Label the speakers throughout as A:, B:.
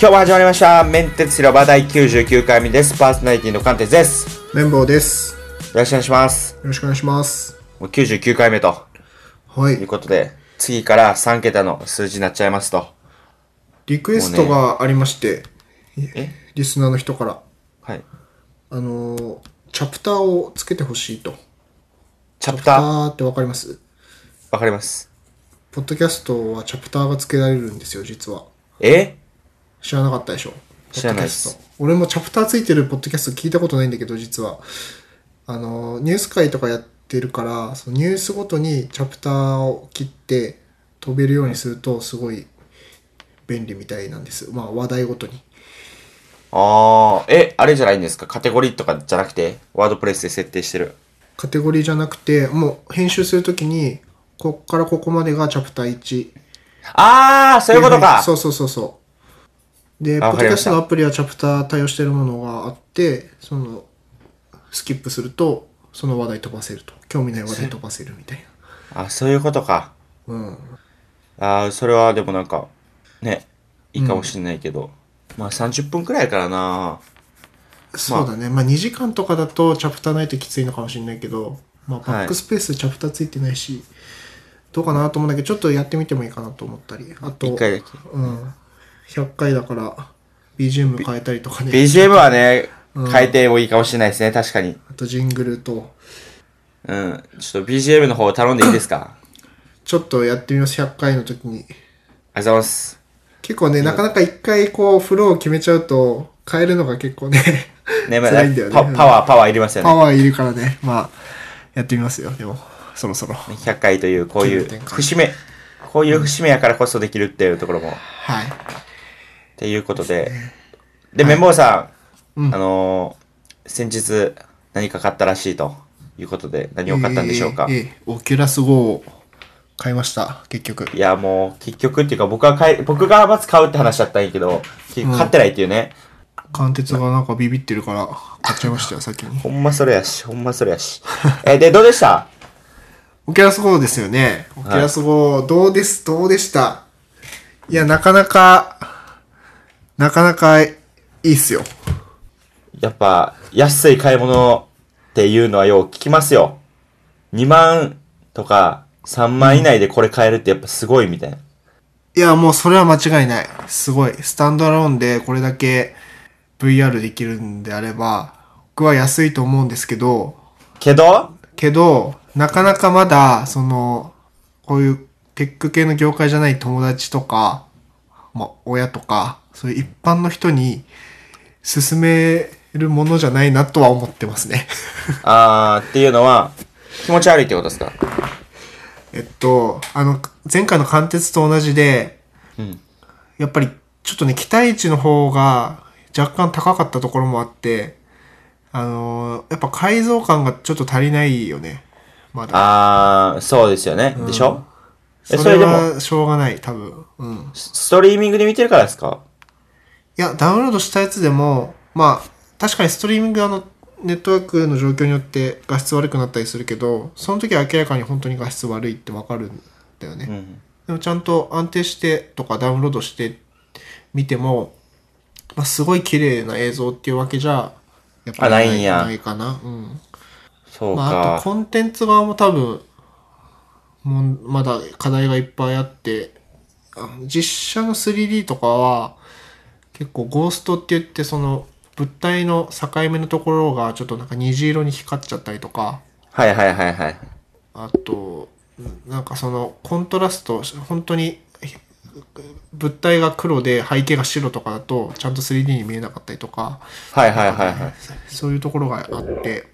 A: 今日も始まりました。メンテツ広場第99回目です。パーソナリティの関鉄です。
B: 綿棒です。よ
A: よろしくお願いします。
B: ろしくお願いします。
A: もう99回目と。
B: はいいう
A: ことで、次から3桁の数字になっちゃいますと。
B: リクエストがありまして、
A: え
B: リスナーの人から、
A: はい。
B: あのーチャプターをつけてほしいと。
A: チャプ
B: チャプタ
A: ター、
B: ーってわかります
A: わかります。
B: ポッドキャストはチャプターがつけられるんですよ、実は。
A: え
B: 知らなかったでしょ
A: 知らないです
B: ポッドキャスト俺もチャプターついてるポッドキャスト聞いたことないんだけど、実は。あのーニュース会とかやってるから、そのニュースごとにチャプターを切って飛べるようにすると、すごい便利みたいなんです。まあ、話題ごとに。
A: あー、え、あれじゃないんですかカテゴリーとかじゃなくて、ワードプレスで設定してる。
B: カテゴリーじゃなくて、もう編集するときに、こっからここまでがチャプター1。
A: あー、そういうことか
B: そうそうそうそう。で、ポ
A: あわ
B: ッド
A: か
B: キ
A: りま
B: ャ
A: し
B: ス
A: た
B: トのアプリはチャプター対応してるものがあって、その、スキップすると、その話題飛ばせると。興味ない話題飛ばせるみたい
A: あ、そういうことか。
B: な。うん。
A: あー、それはでもなんか、ね、いいかもしれないけど。まあ30分くらいからな
B: そうだね。まあ、2時間とかだとチャプターないときついのかもしれないけど、まあ、
A: はい
B: バックスペースチャプターついてないし、どうかなと思うんだけど、ちょっとやってみてもいいかなと思ったり。あと、
A: 一回だけ
B: うん。100回だから、BGM 変えたりとかね。
A: BGM はね、変えてもいいかもしれないですね、確かに。
B: あと、ジングルと、
A: うん。ちょっと BGM の方頼んでいいですか
B: ちょっとやってみます、100回の時に。
A: ありがとうございます。
B: 結構ね、なかなか一回こう、フローを決めちゃうと、変えるのが結構ね、
A: ね、まあ
B: 辛いんだよね。
A: パ
B: うん
A: パワー、パワーいりますよ
B: パ
A: ね。
B: ワーいるからね。まあ、やってみますよ、でも、そろそろ。
A: 100回という、こういう
B: 気分転換
A: 節目、こういう節目やからこそできるっていうところも、っ
B: はい。
A: ていうことで。で、綿棒さん、あのー、先日何か買ったらしいということで、何を買ったんでしょうか
B: えー。えーオキュラス GO を買いました、結局。
A: いや、もう、結局っていうか、僕は買い、僕がまず買うって話だったんやけど、結局買ってないっていうね。
B: 貫徹がなんかビビってるから、買っちゃいましたよ、先に。
A: ほんまそれやし、ほんまそれやし。 え、で、どうでした
B: オキュラス GO ですよね。オキュラス GO、どうです、どうでしたいや、なかなか、なかなかいいっすよ。
A: やっぱ、安い買い物っていうのはよう聞きますよ。2万とか3万以内でこれ買えるってやっぱすごいみたいな。
B: いや、もうそれは間違いない。すごい。スタンドアローンでこれだけ VR できるんであれば、僕は安いと思うんですけど、
A: けど、
B: けど、なかなかまだ、その、こういうテック系の業界じゃない友達とか、まあ、親とか、そういう一般の人に勧めるものじゃないなとは思ってますね。
A: あーっていうのは気持ち悪いってことですか
B: えっと、あの、前回の貫徹と同じで、
A: うん。
B: やっぱりちょっとね、期待値の方が若干高かったところもあって、あのーやっぱ改造感がちょっと足りないよね。まだ。
A: あー、そうですよね。でしょえ、そ
B: そ
A: れ
B: れ
A: でも、
B: はしょうがない、多分。うん。
A: ストリーミングで見てるからですか
B: いや、ダウンロードしたやつでも、まあ、確かにストリーミングはあの、ネットワークの状況によって画質悪くなったりするけど、その時は明らかに本当に画質悪いってわかるんだよね。
A: うん。
B: でもちゃんと安定してとかダウンロードして見ても、まあ、すごい綺麗な映像っていうわけじゃ、やっぱり
A: あないんや
B: ないかな。うん。
A: そう
B: まあ、あと
A: か。
B: コンテンツ側も多分、もうまだ課題がいっぱいあって、あ実写の 3D とかは、結構ゴーストって言って、その物体の境目のところがちょっとなんか虹色に光っちゃったりとか、
A: はいはいはいはい。
B: あとんなんかそのコントラスト本当にひ物体が黒で背景が白とかだとちゃんと 3D に見えなかったりとか
A: はいはいはいはい。
B: そういうところがあって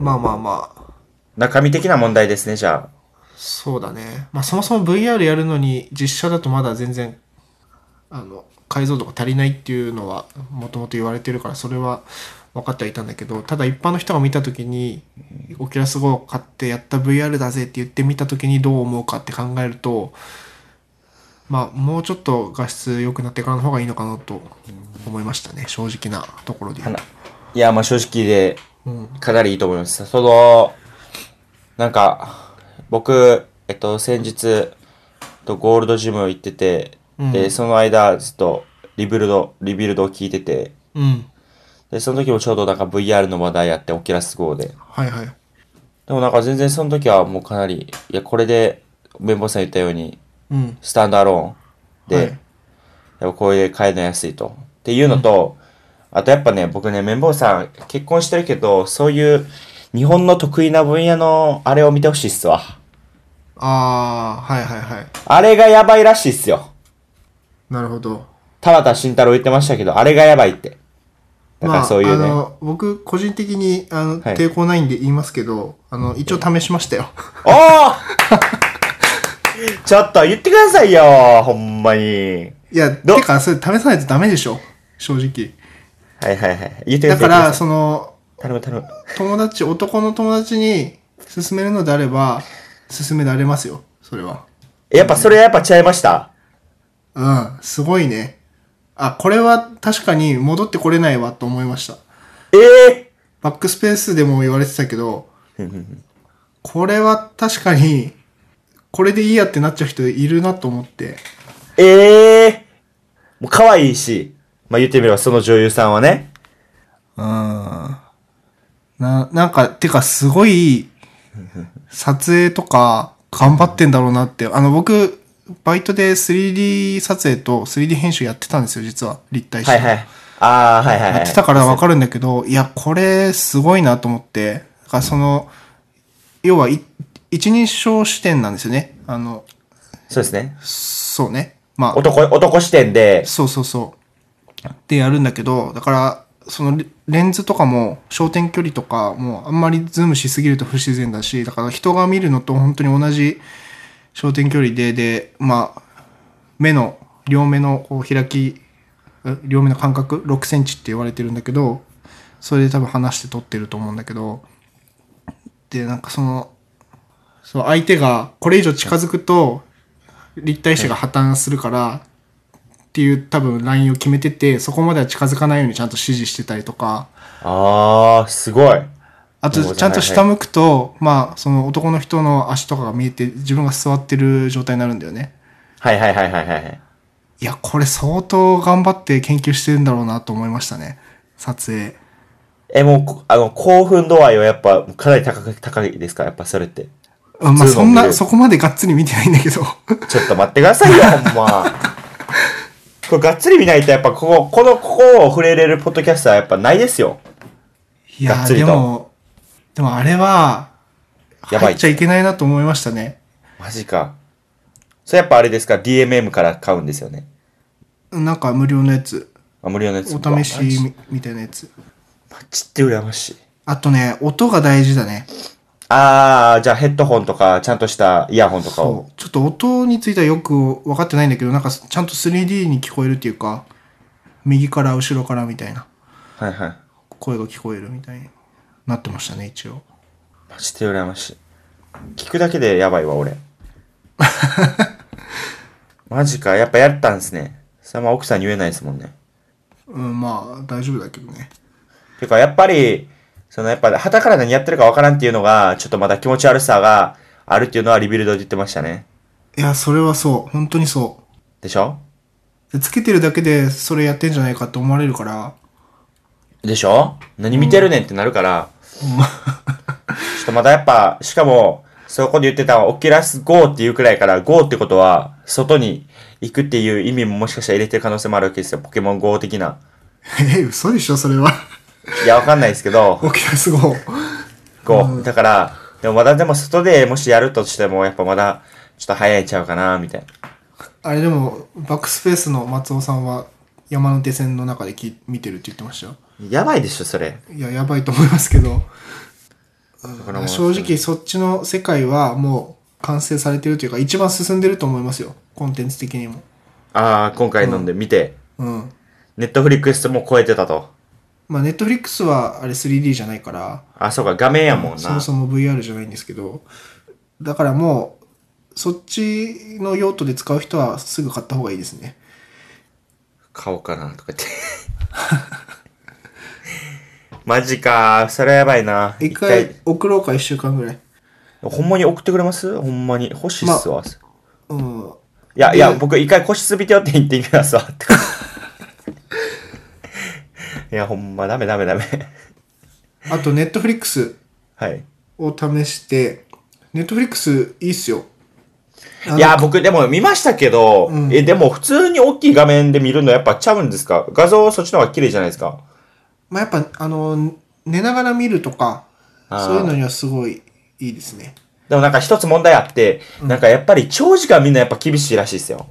B: まあまあまあ
A: 中身的な問題ですね、じゃあ。
B: そうだねまあそもそも VR やるのに実写だとまだ全然あの解像度が足りないっていうのはもともと言われてるからそれは分かってはいたんだけどただ一般の人が見た時にオキュラス GO を買ってやった VR だぜって言って見た時にどう思うかって考えるとまあもうちょっと画質良くなってからの方がいいのかなと思いましたね正直なところで言うと
A: いや、まあ正直で、
B: うん
A: かなりいいと思います。その、なんか、僕、えっと、先日、とゴールドジム行ってて、
B: うん
A: で、その間、ずっと、リビルド、リビルドを聞いてて、
B: うん。
A: で、その時もちょうどなんか VR の話題やって、オキュラス GO で。
B: はいはい。
A: でもなんか全然その時はもうかなり、いや、これで、綿棒さん言ったように、
B: うん。
A: スタンドアローンで、
B: はい、
A: やっぱこれで買えの安いと。っていうのと、あとやっぱね、僕ね、綿棒さん結婚してるけど、そういう日本の得意な分野のあれを見てほしいっすわ。
B: ああ、はいはいはい。
A: あれがやばいらしいっすよ。
B: なるほど。
A: 田畑慎太郎言ってましたけど、あれがやばいって。だからそういうね。
B: まあ、あの僕個人的にあの、
A: はい
B: 抵抗ないんで言いますけどあの一応試しましたよ
A: おお ちょっと言ってくださいよ、ほんまに。
B: いや
A: ど
B: てかそれ試さないとダメでしょ正直
A: はいはいはい。言ってくだ
B: だ
A: さ
B: か
A: い。
B: らその
A: 頼む頼む。
B: 友達男の友達に勧めるのであれば勧められますよそれは
A: やっぱそれやっぱ違いました
B: うんすごいねあこれは確かに戻ってこれないわと思いました
A: ええ
B: バックスペースでも言われてたけど
A: ふんふんふん
B: これは確かにこれでいいやってなっちゃう人いるなと思って
A: ええもう可愛いし。まあ言ってみればその女優さんはね。
B: うん。な、なんか、てかすごい、撮影とか頑張ってんだろうなって。あの、僕、バイトで 3D 撮影と 3D 編集やってたんですよ、実は。立体して。
A: はいはい。ああ、はいはいはい。
B: やってたからわかるんだけど、いや、これすごいなと思って。だからその、要はい、一人称視点なんですよね。あの、
A: そうですね。
B: そうね。まあ、
A: 男、男視点で、
B: そうそうそう。でやるんだけど、だから、そのレレンズとかも焦点距離とかもあんまりズームしすぎると不自然だし、だから人が見るのと本当に同じ焦点距離で、で、まあ、目の、両目のこう開き、え両目の間隔6センチって言われてるんだけど、それで多分離して撮ってると思うんだけど、で、なんかその、そう相手がこれ以上近づくと立体視が破綻するからっていう多分ラインを決めててそこまでは近づかないようにちゃんと指示してたりとか
A: ああ、すごい。
B: あ
A: なるほ
B: と
A: ど
B: ちゃんと下向くとまあその男の人の足とかが見えて自分が座ってる状態になるんだよね
A: はいはいはいはいはい。
B: いやこれ相当頑張って研究してるんだろうなと思いましたね撮影
A: え、もうこ、あの、興奮度合いはやっぱ、かなり高く、高いですかやっぱそれって。
B: うんまあ
A: 普通の
B: そん
A: 見れ
B: な
A: る
B: そこまでがっつり見てないんだ け
A: ち
B: ど
A: ょっと待ってください よ、ほんま。これがっつり見ないと、やっぱここ、この、ここを触れれるポッドキャスターはやっぱないですよ。
B: いや
A: がっつ
B: ー
A: り
B: で
A: と
B: もでもあれは
A: やばい
B: 入っちゃいけないなと思いましたね
A: マジか。それやっぱあれですか ?DMM から買うんですよね。
B: なんか無料のやつ。
A: あ、無料のやつ。
B: お試し
A: うわマジ
B: みみたいなやつ。
A: マジって羨ましい。
B: あとね、音が大事だね。
A: あー、じゃあヘッドホンとか、ちゃんとしたイヤホンとかを。
B: そう。ちょっと音についてはよく分かってないんだけど、なんかちゃんと 3D に聞こえるっていうか、右から後ろからみたいな
A: はいはい。
B: 声が聞こえるみたいになってましたね、一応。
A: マジで羨ましい。聞くだけでやばいわ、 俺。マジか、やっぱやったんですね。それはまあ奥さんに言えないですもんね。
B: うん、まあ大丈夫だけどね。
A: てか、やっぱり、そのやっぱ、旗から何やってるかわからんっていうのが、ちょっとまだ気持ち悪さがあるっていうのはリビルドで言ってましたね。
B: いや、それはそう。本当にそ
A: でしょ
B: う。でつけてるだけでそれやってんじゃないかって思われるから、
A: でしょ何見てるねんってなるから、ちょっとまだやっぱ、しかも、そこで言ってたのは、オキュラス GO っていうくらいから、GO ってことは、外に行くっていう意味ももしかしたら入れてる可能性もあるわけですよ。ポケモン GO 的な。
B: え、嘘でしょ、それ は。
A: いや、わかんないですけ ど、
B: 起きたすごい。
A: GO。だから、でもまだでも外でもしやるとしても、やっぱまだ、ちょっと早いんちゃうかな、みたいな。
B: あれでも、バックスペースの松尾さんは山手線の中でき見てるって言ってましたよ。
A: やばいでしょ、それ。
B: いや、やばいと思いますけど、
A: だからもう
B: 正直そっちの世界はもう完成されてるというか、一番進んでると思いますよ。コンテンツ的にも。
A: ああ、今回飲んで見て、
B: うん。
A: ネットフリックスも超えてたと。
B: まあ、ネットフリックスはあれ 3D じゃないから、
A: あ、そうか、画面やもんな。
B: そもそも VR じゃないんですけど、だからもう、そっちの用途で使う人はすぐ買った方がいいですね。
A: 買おうかな、とか言って。 マジかそれはやばいな。
B: 一回送ろうか、一週間ぐらい。
A: 回ほんまに送ってくれますほんまに。欲しいっすわ。い
B: うん。
A: や、いや、
B: で
A: 僕一回個室ビデオ店行ってみますわ。って いや、ほんま、ダメダメダメ。
B: あと、ネットフリックス
A: はい。
B: を試して、ネットフリックスいいっすよ。あの
A: いや、僕、でも見ましたけど、え、でも普通に大きい画面で見るのやっぱちゃうんですか画像そっちの方が綺麗じゃないですか
B: まあ、やっぱ、あの、寝ながら見るとか、
A: あー
B: そういうのにはすごいいいですね。
A: でもなんか一つ問題あって、なんかやっぱり長時間みんなやっぱ厳しいらしいですよ。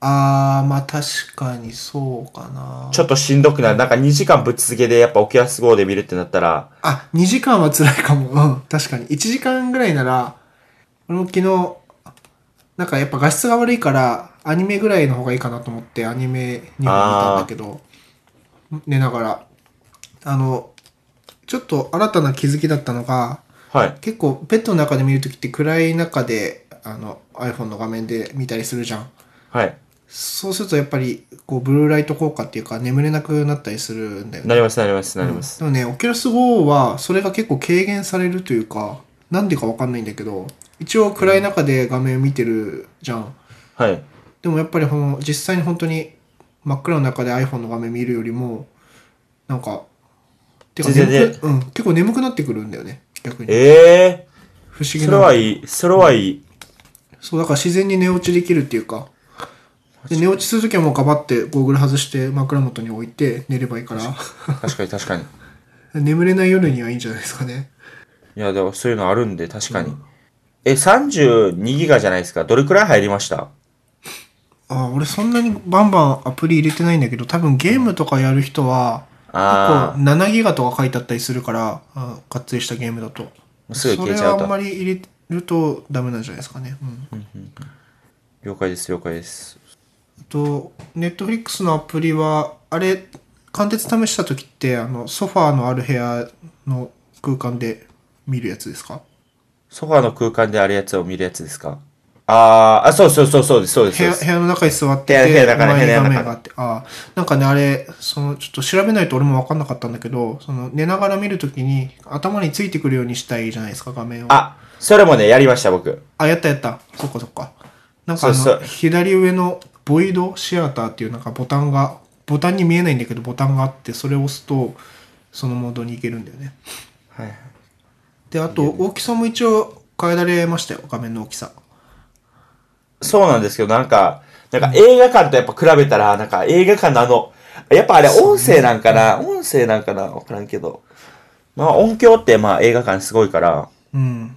B: あー、まあ確かにそうかな。
A: ちょっとしんどくなる。なんか2時間ぶっ続けでやっぱオキュラス号で見るってなったら、
B: あ、2時間は辛いかも。 うん、確かに。1時間ぐらいなら、俺も昨日、なんかやっぱ画質が悪いから、アニメぐらいの方がいいかなと思って、アニメに本見たんだけど、寝ながら。あの、ちょっと新たな気づきだったのが、
A: はい。
B: 結構ベッドの中で見るときって暗い中で、あの、iPhone の画面で見たりするじゃん。
A: はい。
B: そうするとやっぱり、こう、ブルーライト効果っていうか、眠れなくなったりするんだよね
A: なります、なります、なります。
B: でもね、オキュラス GO はそれが結構軽減されるというか、なんでかわかんないんだけど、一応暗い中で画面見てるじゃん。
A: はい。
B: でもやっぱりこの実際に本当に真っ暗の中で iPhone の画面見るよりも、なんか、てか
A: 全然
B: 眠く、うん、結構眠くなってくるんだよね、逆に。
A: ええ
B: 不思議
A: ー、
B: な。
A: それはいい、それはいい。
B: そう、だから自然に寝落ちできるっていうか、で寝落ちするときはもうガバってゴーグル外して枕元に置いて寝ればいいから、
A: 確かに確かに。い
B: 眠れない夜にはいいんじゃないですかね。
A: や、でもそういうのあるんで、確かに。え、32ギガじゃないですか。どれくらい入りました
B: あ俺そんなにバンバンアプリ入れてないんだけど多分ゲームとかやる人は
A: あ
B: 結構7ギガとか書いてあったりするからあがっつりしたゲームだと
A: うすぐ消えちゃうと
B: それはあんまり入れるとダメなんじゃないですかね、うん、
A: ー、了解です、了解です。
B: あとネットフリックスのアプリはあれ貫徹試した時ってあのソファーのある部屋の空間で見るやつですか
A: ソファーの空間であるやつを見るやつですかあー、あ、そうそうそうそうです、そうです。
B: 部
A: そう
B: 屋
A: で
B: 部
A: す
B: 屋の中に座って
A: 部
B: て、
A: 屋部屋の中ね
B: 前に
A: 部屋
B: 画
A: の中
B: 面があって、ああ、なんかね、あれ、その、ちょっと調べないと俺も分かんなかったんだけど、その、寝ながら見るときに、頭についてくるようにしたいじゃないですか、画面を。あ、
A: あ、それもね、やりました、僕。
B: やったやった。そっかそっか。なんかあ
A: そう
B: の、
A: そう
B: 左上の、ボイドシアターっていうなんかボタンが、ボタンに見えないんだけど、ボタンがあって、それを押すと、そのモードに行けるんだよね。
A: はい。
B: で、あと、大きさも一応変えられましたよ、画面の大きさ。
A: そうなんですけど、なんか、なんか映画館とやっぱ比べたら、なんか映画館のあの、やっぱあれ音声なんかな、音声なんかなわからんけど。まあ音響ってまあ映画館すごいから、
B: うん。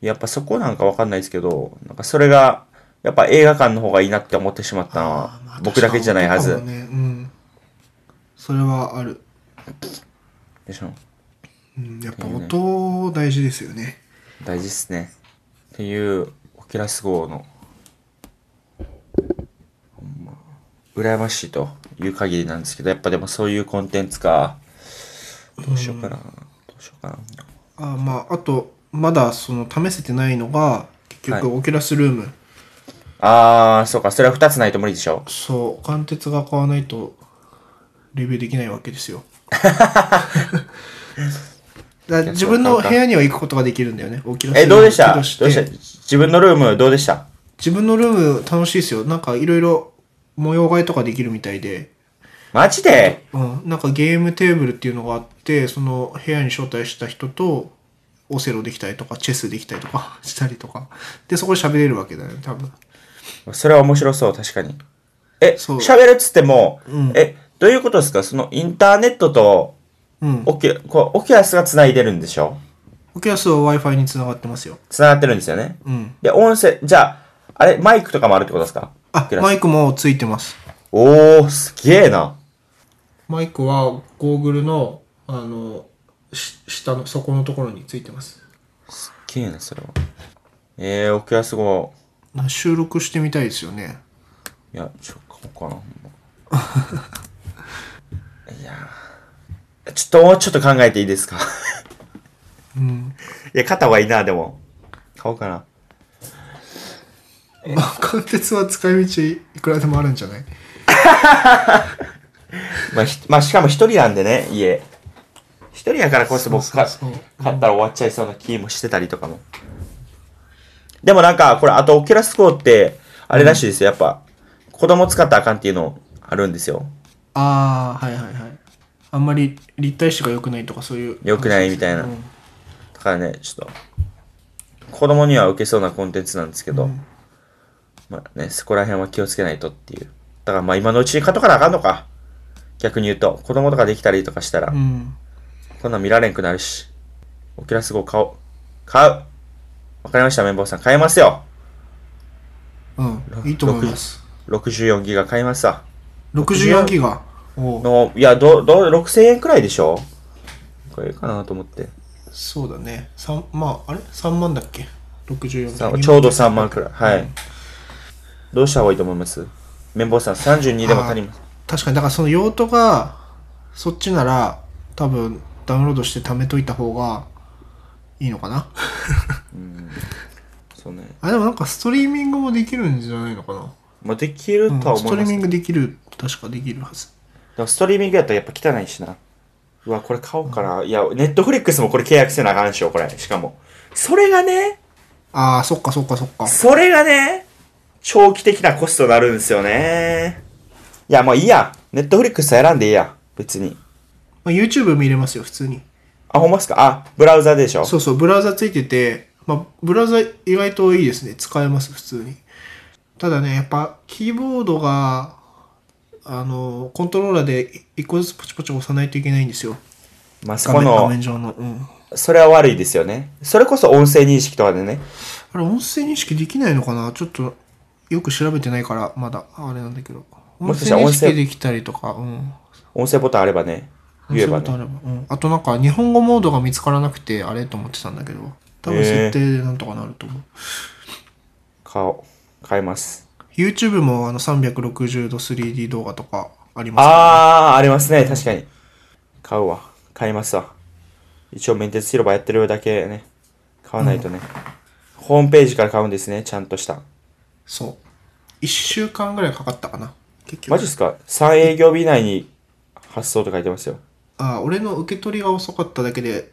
A: やっぱそこなんかわかんないですけど、なんかそれが、やっぱ映画館の方がいいなって思ってしまったのは、僕だけじゃないは
B: 確
A: ず
B: か。に大きいかもね、うん。それはある。
A: でしょ
B: うん、やっぱ音大事ですよね。
A: 大事っすね。っていう、オキュラス号の、ほんま、羨ましいという限りなんですけど、やっぱでもそういうコンテンツか。どうしようかな。どうしようかな。
B: あまああとまだその試せてないのが結局オキュラスルーム、
A: あー、そうか、それは2つないと無理でしょ。
B: そう貫徹が買わないとレビューできないわけ ですよだから自分の部屋には行くことができるんだよねオキュラス
A: え、
B: ルーム
A: どうでしたど
B: 起動
A: うで
B: し
A: した
B: て
A: 自分のルームどうでした
B: 自分のルーム楽しいですよなんかいろいろ模様替えとかできるみたいで
A: マジで
B: うん、なんかゲームテーブルっていうのがあってその部屋に招待した人とオセロできたりとかチェスできたりとか したりとかでそこで喋れるわけだよね多分
A: それは面白そう、確かに。え、
B: そう
A: 喋るっつっても、え、どういうことですかそのインターネットと
B: うん
A: オキュ、こうオキュラスが繋いでるんでしょ
B: オキュラスは w i f i につながってますよ
A: 繋がってるんですよね。
B: うん
A: で、音声、じゃあ、あれ、マイクとかもあるってことですか
B: あ
A: クラス
B: マイクもついてます
A: おー、すげえな。
B: マイクはゴーグルのあのし下の底のところについてます
A: すげえな、それは。えー、オキュラス号。
B: な収録してみたいですよね
A: いや、ちょ、買おうかな、ほん まいやーちょっと、もうちょっと考えていいですか
B: うん
A: いや、買った方がいいな、でも。買おうかな。
B: まあ貫徹は使い道いくらでもあるんじゃない
A: まあ、ひまあ、しかも一人なんでね、家。一人やからこそ僕か
B: そうそうそう
A: 買ったら終わっちゃいそうな気もしてたりとかも。でもなんか、これ、あと、オキュラス号って、あれらしいですよ、やっぱ。子供使ったらあかんっていうのあるんですよ。
B: ああはいはいはいあんまり立体視が良くないとかそういう
A: 良くないみたいな
B: うん
A: だからね、ちょっと、子供には受けそうなコンテンツなんですけど、まあね、そこら辺は気をつけないとっていう。だからまあ今のうちに買っとかなあかんのか。逆に言うと、子供とかできたりとかしたら
B: う、ん
A: こんなん見られんくなるし。オキュラス号買おう。買うわかりました、綿棒さん。買いますよ
B: うんいいと思います
A: !64 ギガ買いますわ。
B: 64ギガおう
A: の、いや、ど、ど、6000円くらいでしょこれかなと思って。
B: そうだね三まああれ3万だっけ64
A: さ
B: ギガ
A: ちょうど3万くらい。はい。どうした方がいいと思います綿棒さん、32でも足ります。
B: 確かにだからその用途がそっちなら多分ダウンロードして貯めといた方がいいのかな
A: そうね。
B: あでもなんかストリーミングもできるんじゃないのかな、
A: まあ、できるとは
B: ス
A: 思
B: ト
A: いま
B: リー
A: す、
B: ミングできる確かできるはず
A: でもストリーミングやったらやっぱ汚いしな。うわ、これ買おうかな。いや、ネットフリックスもこれ契約せなあかんでしょ、これ。しかも。それがね、
B: ああそっかそっかそっか
A: それがね、長期的なコストになるんですよね。いや、もういいや。ネットフリックス選んでいいや。別に。
B: まあ、YouTube 見れますよ、普通に。
A: あ、ほんまっすかあ、ブラウザでしょ
B: そうそう、ブラウザついてて、まあ、ブラウザ意外といいですね。使えます、普通に。ただね、やっぱ、キーボードが、あの、コントローラーで一個ずつポチポチ押さないといけないんですよ。
A: まあ、そこ
B: 画面画
A: の、
B: 面上の。うん。
A: それは悪いですよね。それこそ音声認識とかでね。
B: あれ、音声認識できないのかなちょっと、よく調べてないから、まだ、あれなんだけど。
A: も
B: 音
A: しかしたら
B: 声
A: 音
B: 認
A: 声
B: 識できたりとか、うん。
A: 音声ボタンあればね。言えば
B: そう
A: ね。
B: いうことあればうんあとなんか日本語モードが見つからなくてあれと思ってたんだけど多
A: へ
B: 分
A: え
B: 設定でなんとかなると思う、
A: 買おう。買います。
B: YouTube もあの360度 3D 動画とかあります
A: あー、ありますね。確かに。買うわ。買いますわ。一応、面接広場やってるだけね。買わないとね。ホームページから買うんですね。ちゃんとした。
B: そう1週間ぐらいかかったかな結
A: マジ
B: 局
A: っすか ?3 営業日以内に発送と書いてますよ。
B: ああ俺の受け取りが遅かっただけで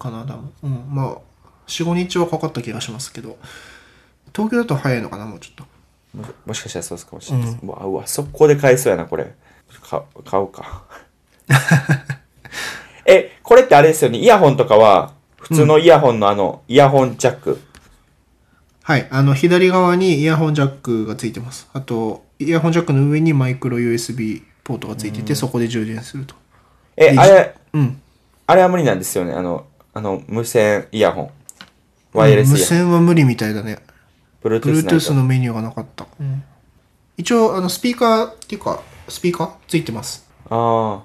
B: カナダもうんまあ45日はかかった気がしますけど東京だと早いのかなもうちょっと
A: ももしかしたらそうですかもしれないです。うわ、うわ、速攻で買えそうやな、これ。か買おう か。え、これってあれですよね。イヤホンとかは、普通のイヤホンのあの、イヤホンジャック。
B: はいあの左側にイヤホンジャックがついてますあとイヤホンジャックの上にマイクロ USB ポートがついててそこで充電すると
A: え、あれ、
B: うん
A: あれは無理なんですよね。あの、あの、無線イヤホン。ワイヤレス
B: 無
A: イヤホン。
B: 線は無理みたいだね
A: Bluetooth ない
B: Bluetooth
A: と。
B: のメニューがなかった、一応あのスピーカーっていうかスピーカーついてます
A: ああ。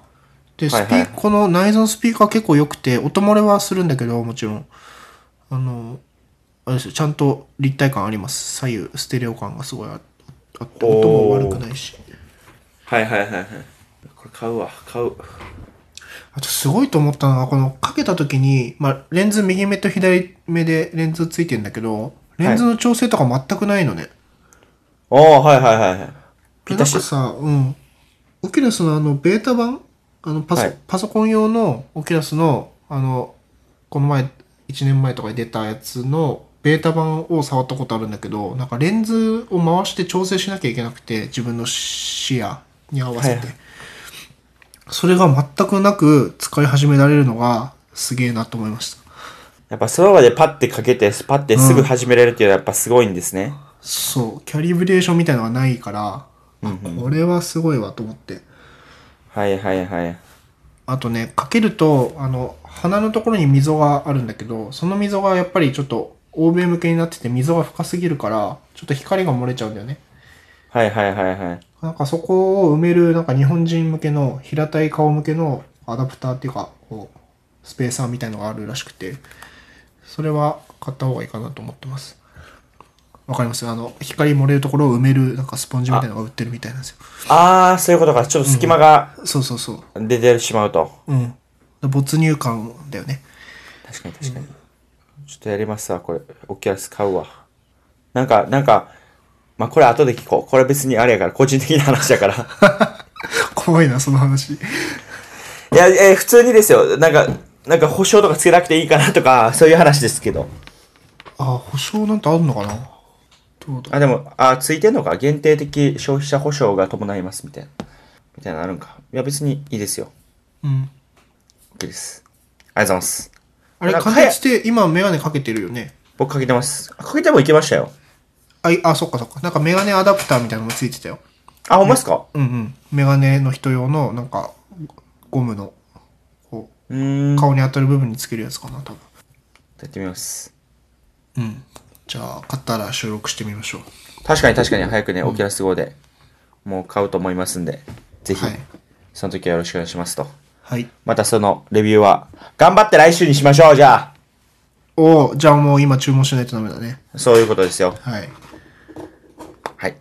B: で、
A: はい
B: スピ
A: はい
B: この内蔵スピーカー結構良くて音漏れはするんだけどもちろんあのあれですよちゃんと立体感あります左右ステレオ感がすごいああって
A: おー
B: 音も悪くないし
A: はいはいはいはい。これ買うわ、買う。
B: あとすごいと思ったのがこのかけた時に、まあ、レンズ右目と左目でレンズついてんだけどレンズの調整とか全くないのね、
A: おー、はいはいはいはい。ピ
B: なんか
A: タシ。
B: さ、うん。オキュラスのあの、ベータ版あのパソ、
A: はい
B: パソコン用のオキュラスの、あの、この前、1年前とかに出たやつの、ベータ版を触ったことあるんだけど、なんかレンズを回して調整しなきゃいけなくて、自分の視野に合わせて。
A: はいはい
B: それが全くなく使い始められるのが、すげえなと思いました。
A: やっぱその場でパッてかけて、パッてすぐ始めれるっていうのはやっぱすごいんですね。
B: そう、キャリブレーションみたいのがないから、あこれはすごいわと思って。
A: はいはいはい。
B: あとね、かけると、あの、鼻のところに溝があるんだけど、その溝がやっぱりちょっと欧米向けになってて溝が深すぎるから、ちょっと光が漏れちゃうんだよね。
A: はいはいはいはい。
B: なんかそこを埋める、なんか日本人向けの平たい顔向けのアダプターっていうか、こう、スペーサーみたいのがあるらしくて、それは買った方がいいかなと思ってます。わかりますあの、光漏れるところを埋める、なんかスポンジみたいのが売ってるみたいなんですよ。
A: あー、そういうことか。ちょっと隙間が
B: そうそうそ
A: 出てしまうと。
B: う。うん。没入感だよね。
A: 確かに確かに。ちょっとやりますわ、これ。オキュラス買うわ。なんか、なんか、まあ、これ後で聞こう。これ別にあれやから、個人的な話やから。
B: 怖いな、その話。
A: いや、えー普通にですよ。なんか、なんか保証とかつけなくていいかなとか、そういう話ですけど。
B: あ、保証なんてあるのかなどうだ
A: あ、でも、あ、ついてんのか。限定的消費者保証が伴います、みたいな。みたいなのあるんか。いや、別にいいですよ。
B: うん。
A: OK です。ありがとうございます。
B: あれ、
A: なんか
B: 完
A: 早い
B: 結って今メガネかけてるよね。
A: 僕かけてます。あかけてもいけましたよ。
B: あ、いあ、そっかそっか。なんかメガネアダプターみたいなのもついてたよ。
A: あ、ほんまですか
B: うんうん。メガネの人用の、なんか、ゴムの、こ
A: うーん。
B: う、
A: や
B: 顔に当たる部分につけるやつかな、多分。
A: ってみます。
B: うん。じゃあ、買ったら収録してみましょう。
A: 確かに確かに早くね、オキュラス号で、もう買うと思いますんで、ぜひ
B: はい、
A: その時はよろしくお願いしますと。
B: はい。
A: またそのレビューは、頑張って来週にしましょう、じゃ
B: おーじゃあもう今注文しないとダメだね。
A: あ。そういうことですよ。
B: はい。
A: はい。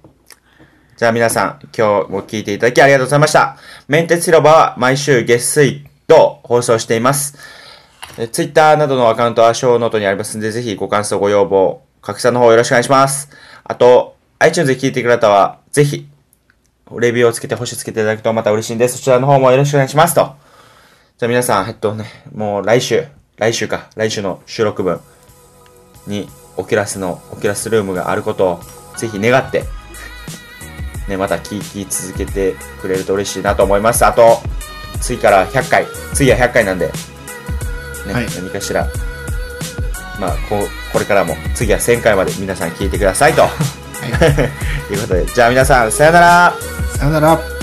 A: じゃあ皆さん、今日も聞いていただきありがとうございました。メンテツ広場は毎週月水と放送しています。え Twitter などのアカウントはショーノートにありますので、ぜひご感想、ご要望、拡散の方よろしくお願いします。あと、iTunes で聞いてくれた方は、ぜひ、レビューをつけて、星つけていただくとまた嬉しいんで、そちらの方もよろしくお願いしますと。じゃあ皆さん、えっとね、もう来週、来週か、来週の収録分に、オキュラスの、オキュラスルームがあることを、ぜひ願って、ね、また聞き続けてくれると嬉しいなと思います。あと、次から100回、次は100回なんで、ね、
B: はい
A: 何かしら、まあ、こう、これからも、次は1000回まで 皆さん聞いてくださいと。
B: はい。
A: ということで、じゃあ皆さん、さよなら
B: さよなら。